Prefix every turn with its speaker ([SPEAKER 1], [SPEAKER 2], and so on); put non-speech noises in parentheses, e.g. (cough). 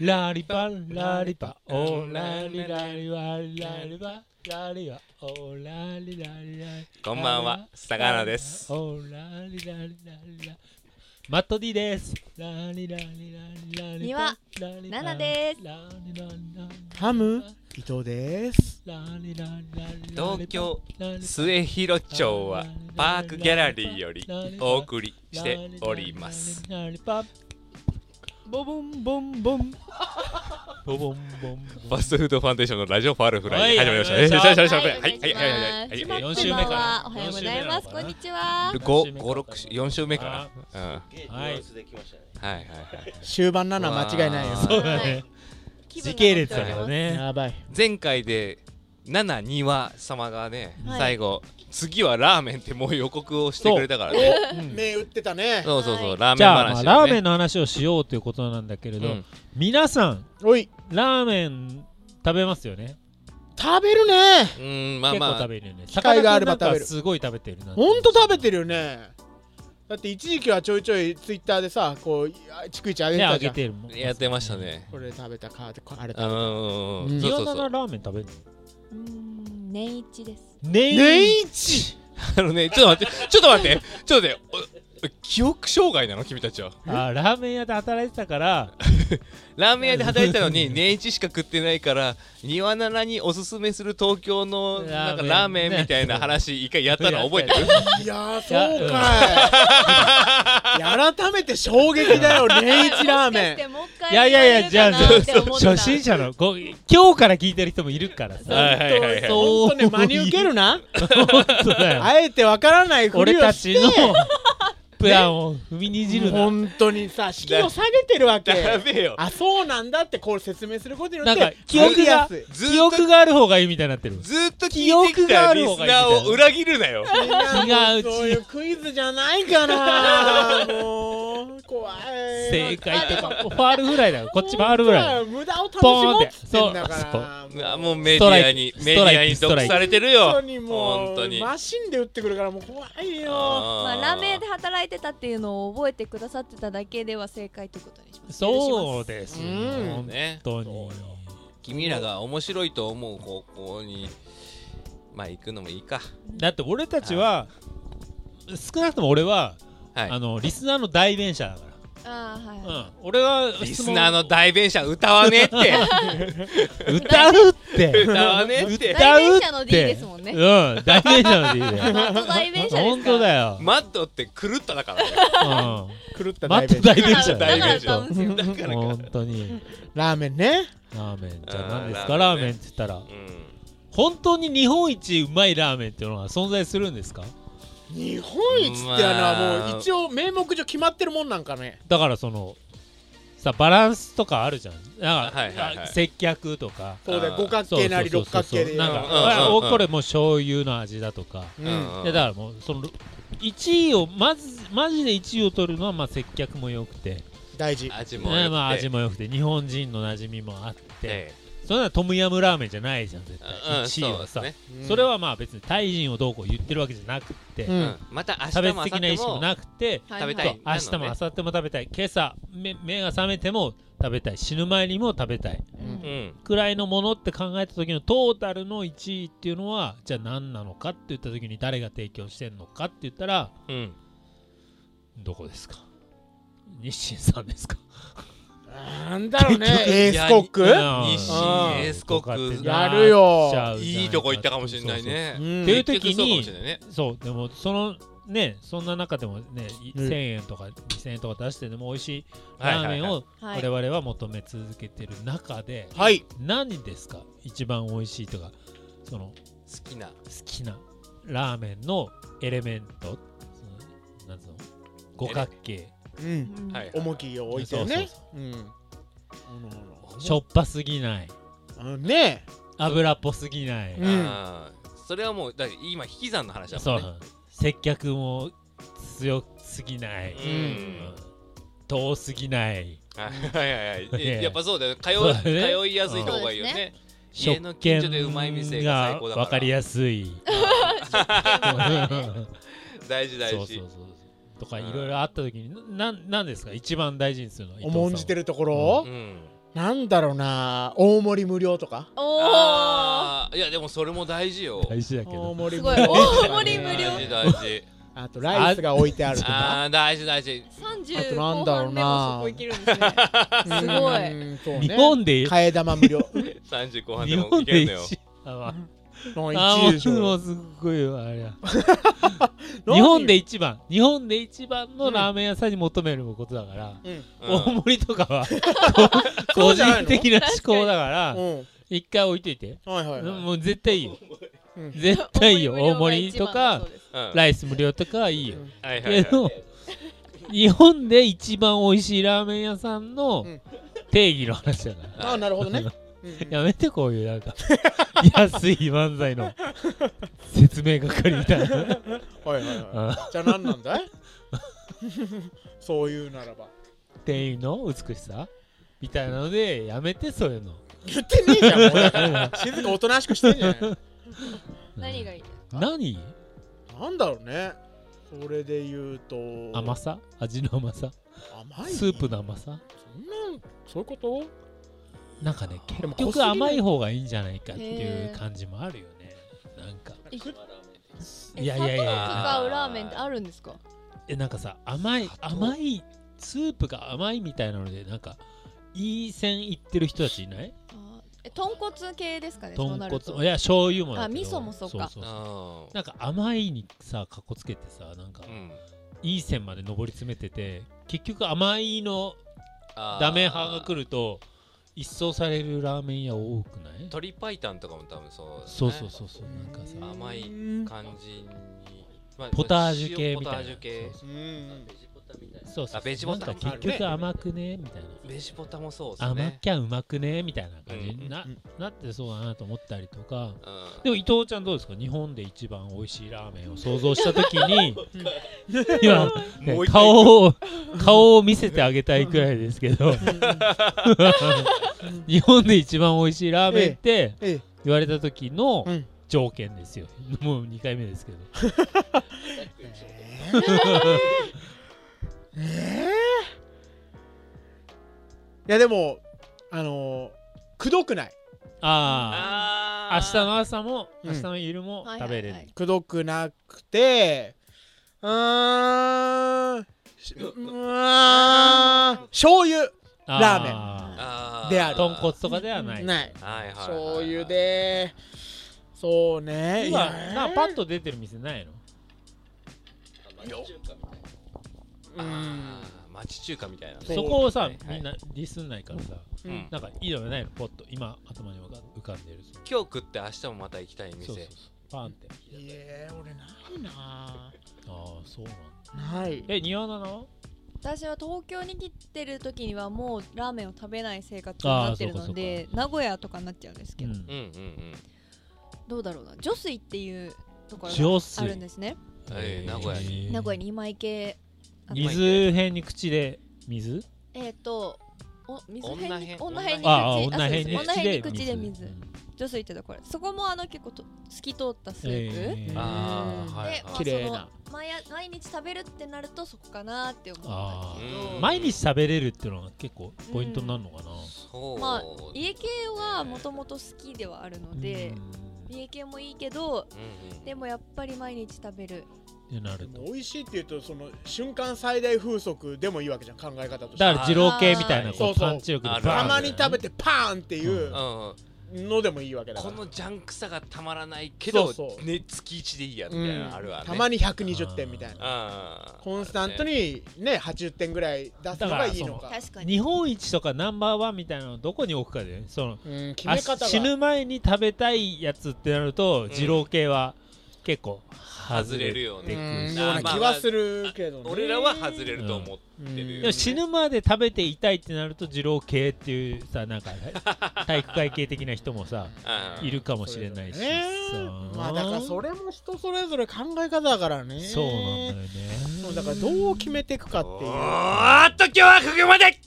[SPEAKER 1] ラリパラリパオラリラリワラリパラリワオラリラリラリ
[SPEAKER 2] こんばんは坂野です
[SPEAKER 1] オラリラリラリラマット D ですラリラリラリラリ
[SPEAKER 3] には
[SPEAKER 1] ラリ
[SPEAKER 3] ナナです
[SPEAKER 1] ラリラリラリ
[SPEAKER 4] ハム伊藤です。
[SPEAKER 1] ラリラリラリラリ
[SPEAKER 2] 東京
[SPEAKER 1] ラリ
[SPEAKER 2] 末広町はパークギャラリーよりお送りしております
[SPEAKER 1] ラリパ
[SPEAKER 4] ボボンボンボン。
[SPEAKER 1] ボボンボン
[SPEAKER 2] フ
[SPEAKER 1] ボン
[SPEAKER 2] ァストフードファンデーションのラジオファールフライ
[SPEAKER 1] はい
[SPEAKER 2] 始まりました
[SPEAKER 1] お
[SPEAKER 2] ね。
[SPEAKER 1] 願いし
[SPEAKER 3] ま
[SPEAKER 2] は
[SPEAKER 3] す
[SPEAKER 2] いはいはいはいはいはいは
[SPEAKER 1] 四
[SPEAKER 2] い。
[SPEAKER 3] 四
[SPEAKER 1] 週
[SPEAKER 3] 週
[SPEAKER 1] 目
[SPEAKER 3] 目
[SPEAKER 1] か
[SPEAKER 3] かららおはようございま
[SPEAKER 1] 四週目
[SPEAKER 3] す
[SPEAKER 1] なのかな
[SPEAKER 3] こんにちは
[SPEAKER 2] 五五六四週目かな。うん
[SPEAKER 1] はい
[SPEAKER 5] できましたね。
[SPEAKER 2] はいはいはい。
[SPEAKER 4] 終盤なのは間違いないよ。
[SPEAKER 1] そうだね (laughs) 時系列だよね
[SPEAKER 4] やばい。
[SPEAKER 2] 前回で七二話様がね
[SPEAKER 3] はい
[SPEAKER 2] 最後次はラーメンってもう予告をしてくれたからね。
[SPEAKER 1] うん
[SPEAKER 4] 目打ってたね。
[SPEAKER 2] そうそうそ
[SPEAKER 3] は
[SPEAKER 2] うラー
[SPEAKER 1] じ
[SPEAKER 2] メン
[SPEAKER 1] ゃあま
[SPEAKER 2] 話
[SPEAKER 1] あ
[SPEAKER 2] をね。
[SPEAKER 1] ラーメンの話をしようということなんだけれ
[SPEAKER 2] う
[SPEAKER 1] ど
[SPEAKER 2] ん
[SPEAKER 1] 皆さん
[SPEAKER 4] おい、
[SPEAKER 1] ラーメン食べますよね
[SPEAKER 4] 食べるね。
[SPEAKER 2] うんまあ
[SPEAKER 1] 結
[SPEAKER 2] ま
[SPEAKER 1] 構食
[SPEAKER 2] あ
[SPEAKER 1] べるよね。
[SPEAKER 4] 機会があれば食
[SPEAKER 1] 魚君なん
[SPEAKER 4] べる
[SPEAKER 1] かすごい食べてるな。
[SPEAKER 4] ほんと食べてるよね。だって一時期はちょいちょいツイッターでさ、こう、いや逐一上
[SPEAKER 1] ね、
[SPEAKER 4] げて
[SPEAKER 1] あ
[SPEAKER 4] たじ
[SPEAKER 1] げ
[SPEAKER 4] ゃん。
[SPEAKER 1] てるもん。
[SPEAKER 2] やってました。ね。
[SPEAKER 4] これ食べたか、あれ
[SPEAKER 2] うんうんうん
[SPEAKER 4] うん
[SPEAKER 2] そう
[SPEAKER 1] 岩
[SPEAKER 2] そう
[SPEAKER 1] 田
[SPEAKER 2] そ
[SPEAKER 1] が
[SPEAKER 2] う。
[SPEAKER 1] ラーメン食べる
[SPEAKER 3] うーん年一です
[SPEAKER 1] のね
[SPEAKER 4] 年一
[SPEAKER 2] あのねちょっと待ってちょっと待ってちょっと待ってお記憶障害なの君たちは。
[SPEAKER 1] あ、ラーメン屋で働いてたから、
[SPEAKER 2] ラーメン屋で働いてたの
[SPEAKER 1] (laughs)
[SPEAKER 2] に年一しか食ってないから庭菜々におすすめする東京のなんかラ
[SPEAKER 1] ラ
[SPEAKER 2] ー
[SPEAKER 1] ー
[SPEAKER 2] メ
[SPEAKER 1] メン
[SPEAKER 2] ンみたいな話一回やっ
[SPEAKER 1] (laughs)
[SPEAKER 2] たの覚えてる
[SPEAKER 4] いやー、そうかい。改めて衝撃だよ、年一ラー
[SPEAKER 3] (laughs)
[SPEAKER 4] メン。
[SPEAKER 1] いやいやいや、じゃあ、初
[SPEAKER 3] 初
[SPEAKER 1] 心者の、こう今日から聞いてる人もいるからさ。
[SPEAKER 2] はいはいはいはい
[SPEAKER 4] ほんとね、真に受けるな。
[SPEAKER 1] 本当だよ。
[SPEAKER 4] あえてわからないふり
[SPEAKER 1] 俺
[SPEAKER 4] を
[SPEAKER 1] た
[SPEAKER 4] し
[SPEAKER 1] ちのプランを踏みにじるな。
[SPEAKER 4] 本当にさ、式を下げてるわけ。
[SPEAKER 2] やべえよ
[SPEAKER 4] あそうなんだってこう説明することによっ
[SPEAKER 1] なん
[SPEAKER 4] て
[SPEAKER 1] か記憶が
[SPEAKER 4] ず
[SPEAKER 2] ず
[SPEAKER 1] 記
[SPEAKER 2] ーっと
[SPEAKER 1] 憶がある方がいいみたいになってる。
[SPEAKER 2] ずーっと聞いてき
[SPEAKER 1] 記憶が
[SPEAKER 2] た
[SPEAKER 1] ある
[SPEAKER 2] リ
[SPEAKER 1] 方
[SPEAKER 2] ス
[SPEAKER 1] がいいみたい
[SPEAKER 2] ナ
[SPEAKER 1] な
[SPEAKER 2] ーを裏切るなよ
[SPEAKER 1] 違う
[SPEAKER 4] そういうクイズじゃないからもう怖い
[SPEAKER 1] 正解とか、ファールフライだよ。こっちファールフライ。
[SPEAKER 4] い無駄を楽しもうっつってんだから
[SPEAKER 2] うわもうメディアに
[SPEAKER 1] ス
[SPEAKER 2] メデ
[SPEAKER 1] トラ
[SPEAKER 2] ィア
[SPEAKER 1] イ
[SPEAKER 2] に
[SPEAKER 1] クスト
[SPEAKER 2] 毒
[SPEAKER 1] ライク
[SPEAKER 2] されてる
[SPEAKER 4] 本
[SPEAKER 2] よ
[SPEAKER 4] 当にも
[SPEAKER 2] 本
[SPEAKER 4] う
[SPEAKER 2] 当に
[SPEAKER 4] マシンで打ってくるからもう怖いよ
[SPEAKER 3] ま
[SPEAKER 2] あ
[SPEAKER 3] あラーメン屋で働いてたっていうのを覚えてくださってただけでは正解ということにします
[SPEAKER 1] そう
[SPEAKER 3] う
[SPEAKER 1] です
[SPEAKER 4] う
[SPEAKER 1] よ。
[SPEAKER 4] ん
[SPEAKER 1] 本
[SPEAKER 2] ね
[SPEAKER 1] 当に。
[SPEAKER 2] 君らが面白いと思う方向にまあ行くのもいいか
[SPEAKER 1] だって俺たちは、少なくとも俺は、
[SPEAKER 2] はい
[SPEAKER 1] あのリスナーの代弁者だか
[SPEAKER 3] あーはい
[SPEAKER 1] ら、
[SPEAKER 3] は
[SPEAKER 1] うん、俺は
[SPEAKER 2] (laughs) リスナーの代弁者歌わねえって
[SPEAKER 1] (laughs) 質問歌うって
[SPEAKER 2] 歌わねえって
[SPEAKER 1] 歌う
[SPEAKER 3] 代弁
[SPEAKER 1] っ
[SPEAKER 3] 者の D
[SPEAKER 1] て
[SPEAKER 3] ですもんね
[SPEAKER 1] うん代弁者の D だ
[SPEAKER 2] (laughs)
[SPEAKER 1] よ
[SPEAKER 3] いマット代弁者ですか
[SPEAKER 1] 本当だ
[SPEAKER 3] よ
[SPEAKER 1] よ、
[SPEAKER 2] マットって狂っただからね
[SPEAKER 4] 狂った
[SPEAKER 1] うん、マ
[SPEAKER 4] 代
[SPEAKER 1] ッ
[SPEAKER 4] 弁
[SPEAKER 1] ト代
[SPEAKER 3] だ
[SPEAKER 1] 弁者だよ
[SPEAKER 2] 代
[SPEAKER 3] からだから
[SPEAKER 2] 弁者
[SPEAKER 3] 歌うんですよ
[SPEAKER 2] だから
[SPEAKER 1] (laughs)
[SPEAKER 2] か
[SPEAKER 1] 本当に
[SPEAKER 4] ラーメンね
[SPEAKER 1] ラーメンじゃあ
[SPEAKER 2] あー
[SPEAKER 1] 何ですかラ
[SPEAKER 2] ラ
[SPEAKER 1] ー
[SPEAKER 2] ー
[SPEAKER 1] メ
[SPEAKER 2] メ
[SPEAKER 1] ン
[SPEAKER 2] ン
[SPEAKER 1] っ
[SPEAKER 2] ね
[SPEAKER 1] て言ったら
[SPEAKER 2] うん
[SPEAKER 1] 本当に日本一うまいラーメンっていうのは存在するんですか
[SPEAKER 4] 日本一ってのはもう一応名目上決まってるもんなんかね
[SPEAKER 1] だからそのさバランスとかあるじゃんなんか、
[SPEAKER 2] はいはいはい
[SPEAKER 1] 接客とか
[SPEAKER 4] そうだよ
[SPEAKER 2] あー
[SPEAKER 4] 五角形なり六角形で
[SPEAKER 1] なん
[SPEAKER 2] う
[SPEAKER 1] か、
[SPEAKER 2] んうん
[SPEAKER 1] あ
[SPEAKER 2] うん
[SPEAKER 1] おこれもう醤油の味だとか、
[SPEAKER 4] う
[SPEAKER 2] うんん
[SPEAKER 1] いやだからもうその1位をまずマジで1位を取るのはまあ接客も良くて
[SPEAKER 4] 大事
[SPEAKER 2] 味も
[SPEAKER 1] ねまあ
[SPEAKER 2] 良くて
[SPEAKER 1] 味も良くて日本人の馴染みもあって、
[SPEAKER 2] え
[SPEAKER 1] それならトムヤムラーメンじゃないじゃん絶対、
[SPEAKER 2] えうん
[SPEAKER 1] 1位はさ
[SPEAKER 2] そ
[SPEAKER 1] そ,、
[SPEAKER 2] うですね
[SPEAKER 1] れはまあ別にタイ人をどうこう言ってるわけじゃなくて、
[SPEAKER 4] うん
[SPEAKER 2] うんまた明日
[SPEAKER 1] 差別
[SPEAKER 2] も
[SPEAKER 1] 的な意識
[SPEAKER 2] 明後
[SPEAKER 1] も
[SPEAKER 2] 日も
[SPEAKER 1] なくて、
[SPEAKER 3] はい
[SPEAKER 2] 食べた
[SPEAKER 1] そう明
[SPEAKER 2] い
[SPEAKER 1] 日も明後日も食べたい今朝目目が覚めても食べたい死ぬ前にも食べたい
[SPEAKER 3] うん
[SPEAKER 2] うん
[SPEAKER 1] くらいのものって考えた時のトータルの1位っていうのはじゃあ何なのかって言った時に誰が提供してんのかって言ったら
[SPEAKER 2] うん
[SPEAKER 1] どこですか日清さんですか
[SPEAKER 4] なんだろうねエースコック
[SPEAKER 2] 日清エースコック
[SPEAKER 4] やるよ
[SPEAKER 2] いいとこ行ったかもしれないね
[SPEAKER 4] うん
[SPEAKER 1] っていう
[SPEAKER 2] 結局そうかも
[SPEAKER 1] 時に
[SPEAKER 2] しれないね
[SPEAKER 1] そうでもそのねそんな中でもねい
[SPEAKER 4] うん
[SPEAKER 1] 1000円とか2000円とか出してでも美味しい
[SPEAKER 2] はいは
[SPEAKER 1] ラー
[SPEAKER 2] いは
[SPEAKER 1] メン
[SPEAKER 2] い
[SPEAKER 1] を
[SPEAKER 3] は
[SPEAKER 1] 我
[SPEAKER 3] い
[SPEAKER 1] 々は求め続けてる中で
[SPEAKER 4] はい
[SPEAKER 1] 何ですか一番美味しいとかその
[SPEAKER 2] 好きな
[SPEAKER 1] 好きなラーメンのエレメントそのなんつうの五角形
[SPEAKER 4] うん
[SPEAKER 3] うん
[SPEAKER 2] はい
[SPEAKER 4] 重きを置いてるね。うん。
[SPEAKER 1] しょっぱすぎない
[SPEAKER 4] あのね
[SPEAKER 1] 油っぽすぎない、
[SPEAKER 4] うん
[SPEAKER 2] あーそれはもうだって今引き算の話だ
[SPEAKER 1] そ
[SPEAKER 2] もんね
[SPEAKER 1] う接客も強すぎない、
[SPEAKER 2] う
[SPEAKER 1] うん
[SPEAKER 2] ん
[SPEAKER 1] 遠すぎない
[SPEAKER 2] はいはいはい
[SPEAKER 1] ええ
[SPEAKER 2] でやっぱそうだよ通
[SPEAKER 1] そうだね
[SPEAKER 2] い通いやすい方がいいよね家の
[SPEAKER 1] 食
[SPEAKER 2] 近所でうまい店
[SPEAKER 1] 券
[SPEAKER 2] が最
[SPEAKER 1] が
[SPEAKER 2] 高だから
[SPEAKER 1] 分かりやすい
[SPEAKER 2] 大事大
[SPEAKER 1] そうそう
[SPEAKER 2] 事
[SPEAKER 1] そうとかいろいろあった時にななんですか一番大事にするの
[SPEAKER 4] 重んじて
[SPEAKER 1] る
[SPEAKER 4] るところ
[SPEAKER 2] うん
[SPEAKER 4] なんだろうな大盛り無料とか
[SPEAKER 3] おお
[SPEAKER 2] あーいやでもそれも大事よ
[SPEAKER 1] 大事だけ
[SPEAKER 4] 大
[SPEAKER 1] ど
[SPEAKER 4] 盛
[SPEAKER 3] す
[SPEAKER 4] り
[SPEAKER 3] ご
[SPEAKER 4] 無
[SPEAKER 3] い
[SPEAKER 4] 料
[SPEAKER 3] 大盛り無
[SPEAKER 2] 大
[SPEAKER 3] 料
[SPEAKER 2] 事大事
[SPEAKER 4] (laughs) あとライスが置いてあるとか
[SPEAKER 2] あー大事大事
[SPEAKER 3] 三十
[SPEAKER 4] あとなん
[SPEAKER 3] 後
[SPEAKER 4] だろう
[SPEAKER 3] 半でも
[SPEAKER 4] な
[SPEAKER 3] そこいけるんで
[SPEAKER 1] (laughs)
[SPEAKER 3] すね
[SPEAKER 4] す
[SPEAKER 3] すごい
[SPEAKER 4] そう
[SPEAKER 1] 日
[SPEAKER 4] ね
[SPEAKER 1] 本で
[SPEAKER 4] 替え
[SPEAKER 1] (laughs)
[SPEAKER 4] 玉無料
[SPEAKER 2] 30後半で
[SPEAKER 1] 日
[SPEAKER 2] も
[SPEAKER 1] 本
[SPEAKER 2] いけ
[SPEAKER 1] で
[SPEAKER 2] るのよ
[SPEAKER 1] 一あまあ
[SPEAKER 4] の
[SPEAKER 1] あ
[SPEAKER 4] 1位でし
[SPEAKER 1] ーもうも
[SPEAKER 4] ょ
[SPEAKER 1] うすっごいわあれは日本で一番日本で一番のラーメン屋さんに求めることだから、
[SPEAKER 4] うん
[SPEAKER 1] 大
[SPEAKER 2] うん
[SPEAKER 1] 盛りとかは
[SPEAKER 4] (laughs) そ
[SPEAKER 1] 個
[SPEAKER 4] うじゃない
[SPEAKER 1] 人
[SPEAKER 4] の
[SPEAKER 1] 的な思考だから
[SPEAKER 4] うん
[SPEAKER 1] 一回置いといて
[SPEAKER 4] はいはいはい
[SPEAKER 1] もう絶対いいよ
[SPEAKER 4] うん
[SPEAKER 1] 絶対い
[SPEAKER 3] (laughs)
[SPEAKER 1] いよ大盛りとか
[SPEAKER 2] うん
[SPEAKER 1] ライス無料とかはいいよ
[SPEAKER 2] はいはい
[SPEAKER 1] け
[SPEAKER 2] はい
[SPEAKER 1] ど日本で一番美味しいラーメン屋さんの
[SPEAKER 4] うん
[SPEAKER 1] 定義の話だから
[SPEAKER 4] ああなるほどね
[SPEAKER 1] やめてこういうなんか (laughs) 安い漫才の説明係みたいな
[SPEAKER 4] はいはいはいじゃあ何なんだい (laughs) そういうならば (laughs)
[SPEAKER 1] 店員の美しさみたいなのでやめてそういうの
[SPEAKER 4] 言ってねえじゃんもうだから静かおとなしくしてんじゃない
[SPEAKER 3] 何がいい
[SPEAKER 1] 何
[SPEAKER 4] なんだろうねそれで言うと
[SPEAKER 1] 甘さ味の甘さ
[SPEAKER 4] 甘い
[SPEAKER 1] スープの甘さ
[SPEAKER 4] そんなんそういうこと
[SPEAKER 1] なんかね
[SPEAKER 4] で
[SPEAKER 1] 結
[SPEAKER 4] も濃
[SPEAKER 1] 局
[SPEAKER 4] すぎない
[SPEAKER 1] 甘い方がいいんじゃないかってい
[SPEAKER 3] へ
[SPEAKER 1] う
[SPEAKER 3] ー
[SPEAKER 1] 感じもあるよねなんか
[SPEAKER 3] い
[SPEAKER 4] 食っ
[SPEAKER 1] いやいやいやい
[SPEAKER 3] 砂糖
[SPEAKER 1] や
[SPEAKER 3] 使うラーメンってあるんですか
[SPEAKER 1] えなんかさ甘い
[SPEAKER 4] 砂糖
[SPEAKER 1] 甘いスープが甘いみたいなのでなんかいい線いってる人たちいない
[SPEAKER 3] あーえ豚骨系ですかね
[SPEAKER 1] 豚
[SPEAKER 3] そうな
[SPEAKER 1] 骨
[SPEAKER 3] ると
[SPEAKER 1] いや醤油もだけど
[SPEAKER 3] あ味噌もそうか
[SPEAKER 1] そうそう
[SPEAKER 2] あー
[SPEAKER 1] なんか甘いにさかっこつけてさなんか
[SPEAKER 2] うん
[SPEAKER 1] いい線まで上り詰めてて結局甘いの
[SPEAKER 2] あー
[SPEAKER 1] ダメ派が来ると一掃されるラーメン屋多くない
[SPEAKER 2] 鶏白湯とかも多分そうだね
[SPEAKER 1] そうそうそうそうなんかさ
[SPEAKER 2] 甘い
[SPEAKER 4] うん
[SPEAKER 2] 感じにまあ
[SPEAKER 1] ポタージュ系みた
[SPEAKER 2] 塩ポター
[SPEAKER 1] いな
[SPEAKER 2] ジュ系
[SPEAKER 1] そう
[SPEAKER 4] うん
[SPEAKER 1] そうそう
[SPEAKER 2] あベジボタ
[SPEAKER 1] な
[SPEAKER 2] ン
[SPEAKER 1] んか結局甘くねみたいな
[SPEAKER 2] ベジポタもそうです
[SPEAKER 1] 甘
[SPEAKER 2] ね
[SPEAKER 1] きゃうまくねみたいな感じ
[SPEAKER 2] うん
[SPEAKER 1] にな
[SPEAKER 4] うん
[SPEAKER 1] なってそうだなと思ったりとか
[SPEAKER 2] うん
[SPEAKER 1] でも伊藤ちゃんどうですか日本で一番美味しいラーメンを想像した時に今ね
[SPEAKER 2] もう一回
[SPEAKER 1] 顔を顔を見せてあげたいくらいですけど (laughs) 日本で一番美味しいラーメンって
[SPEAKER 4] ええ
[SPEAKER 1] 言われた時の
[SPEAKER 4] うん
[SPEAKER 1] 条件ですよもう2回目ですけど
[SPEAKER 4] えーいやでもあのーくどくない
[SPEAKER 1] ああ
[SPEAKER 2] あ
[SPEAKER 1] 明日
[SPEAKER 2] ー
[SPEAKER 1] の朝も
[SPEAKER 4] うん
[SPEAKER 1] 明日の昼も
[SPEAKER 3] はいはい
[SPEAKER 1] 食べれる
[SPEAKER 3] はい
[SPEAKER 4] くどくなくてうーんしうーん醤油ラーメン
[SPEAKER 1] あ
[SPEAKER 2] あ
[SPEAKER 4] である
[SPEAKER 1] 豚骨とかではない
[SPEAKER 4] ない
[SPEAKER 2] はいはいはいはい
[SPEAKER 4] 醤油でそうね
[SPEAKER 1] 今
[SPEAKER 4] いや
[SPEAKER 1] なパッと出てる店ないの
[SPEAKER 4] う
[SPEAKER 2] あ
[SPEAKER 4] ん
[SPEAKER 2] ー町中華みたいなね
[SPEAKER 4] そう
[SPEAKER 1] そこをさ
[SPEAKER 2] はいはい
[SPEAKER 1] みんなディスんないからさ
[SPEAKER 2] うん
[SPEAKER 1] なんかいいのがないのポッと今頭に浮か浮かんでるその
[SPEAKER 2] 今日食って明日もまた行きたい
[SPEAKER 1] そうそう
[SPEAKER 2] 店
[SPEAKER 1] そうパンって
[SPEAKER 4] いやー俺ないな
[SPEAKER 1] ああそうなんだ
[SPEAKER 4] ない
[SPEAKER 1] え庭なの
[SPEAKER 3] 私は東京に来てる時にはもうラーメンを食べない生活になってるの
[SPEAKER 1] あーそうか
[SPEAKER 3] で名古屋とかになっちゃうんですけど、
[SPEAKER 2] うんうんうん
[SPEAKER 3] どうだろうな女水っていうところ
[SPEAKER 1] 浄
[SPEAKER 3] がある
[SPEAKER 1] 水
[SPEAKER 3] んですね
[SPEAKER 2] えー名古屋に
[SPEAKER 3] 名古屋に今池あの
[SPEAKER 1] 伊豆辺に口で水
[SPEAKER 3] えっ、ー、とお水辺
[SPEAKER 2] 女
[SPEAKER 3] に
[SPEAKER 2] 辺
[SPEAKER 3] 女辺に口
[SPEAKER 1] ああ
[SPEAKER 3] あ
[SPEAKER 1] 女辺に口
[SPEAKER 3] そうです女辺
[SPEAKER 1] で
[SPEAKER 3] に口で水
[SPEAKER 1] うん
[SPEAKER 3] 女水ってところそこもあの結構と透き通ったスープ、
[SPEAKER 1] えー
[SPEAKER 2] あーはい
[SPEAKER 3] で、まあ、
[SPEAKER 4] 綺
[SPEAKER 2] は
[SPEAKER 4] 麗
[SPEAKER 3] そ
[SPEAKER 4] な
[SPEAKER 3] の毎毎日食べるってなるとそこかなって思った
[SPEAKER 1] あ
[SPEAKER 3] け
[SPEAKER 2] ー
[SPEAKER 3] ど
[SPEAKER 1] 毎日食べれるっていうのが結構ポイントになるのかな、
[SPEAKER 2] いそう
[SPEAKER 3] まあ家系はもともと好きではあるので、家系もいいけど
[SPEAKER 2] うんうん
[SPEAKER 3] でもやっぱり毎日食べる
[SPEAKER 1] うんってなる
[SPEAKER 4] で
[SPEAKER 1] と
[SPEAKER 4] も美味しいっていうとその瞬間最大風速でもいいわけじゃん考え方として
[SPEAKER 1] だから二郎系みたいな
[SPEAKER 4] そ
[SPEAKER 1] こ
[SPEAKER 4] う
[SPEAKER 1] う
[SPEAKER 4] そう
[SPEAKER 1] パンチ力でバーン
[SPEAKER 4] たまに食べてパーンっていう
[SPEAKER 1] う
[SPEAKER 2] うんうん
[SPEAKER 4] のでもいいわけだか
[SPEAKER 2] こ
[SPEAKER 4] ら
[SPEAKER 2] のジャンクさがたまらないけど
[SPEAKER 4] そうそう
[SPEAKER 2] ね月1でいいやみたいなのあるわね
[SPEAKER 4] たまに120点みたいな
[SPEAKER 2] あー
[SPEAKER 4] コンスタントにね80点ぐらい出すのがいいのか
[SPEAKER 3] 確かに
[SPEAKER 1] 日本一とかナンバーワンみたいなのをどこに置くかでねその
[SPEAKER 4] うん決
[SPEAKER 1] あ
[SPEAKER 4] め方が
[SPEAKER 1] 死ぬ前に食べたいやつってなると、
[SPEAKER 2] ん
[SPEAKER 1] 二郎系は結構
[SPEAKER 2] 外れる
[SPEAKER 1] よ
[SPEAKER 2] よ
[SPEAKER 4] う
[SPEAKER 2] ね
[SPEAKER 4] ん
[SPEAKER 1] ね
[SPEAKER 4] ような気はするけどね
[SPEAKER 2] 俺らは外れると思っ
[SPEAKER 4] うん
[SPEAKER 2] てる
[SPEAKER 1] でも死ぬまで食べていたいってなると二郎系っていうさなんか
[SPEAKER 4] (laughs)
[SPEAKER 1] 体育会系的な人もさ
[SPEAKER 2] うん
[SPEAKER 1] いるかもしれないしさ、
[SPEAKER 4] ねまあだからそれも人それぞれ考え方だからね
[SPEAKER 1] そうなんだよね
[SPEAKER 4] そうだからどう決めていくかっていう
[SPEAKER 2] おーっと今日はここまで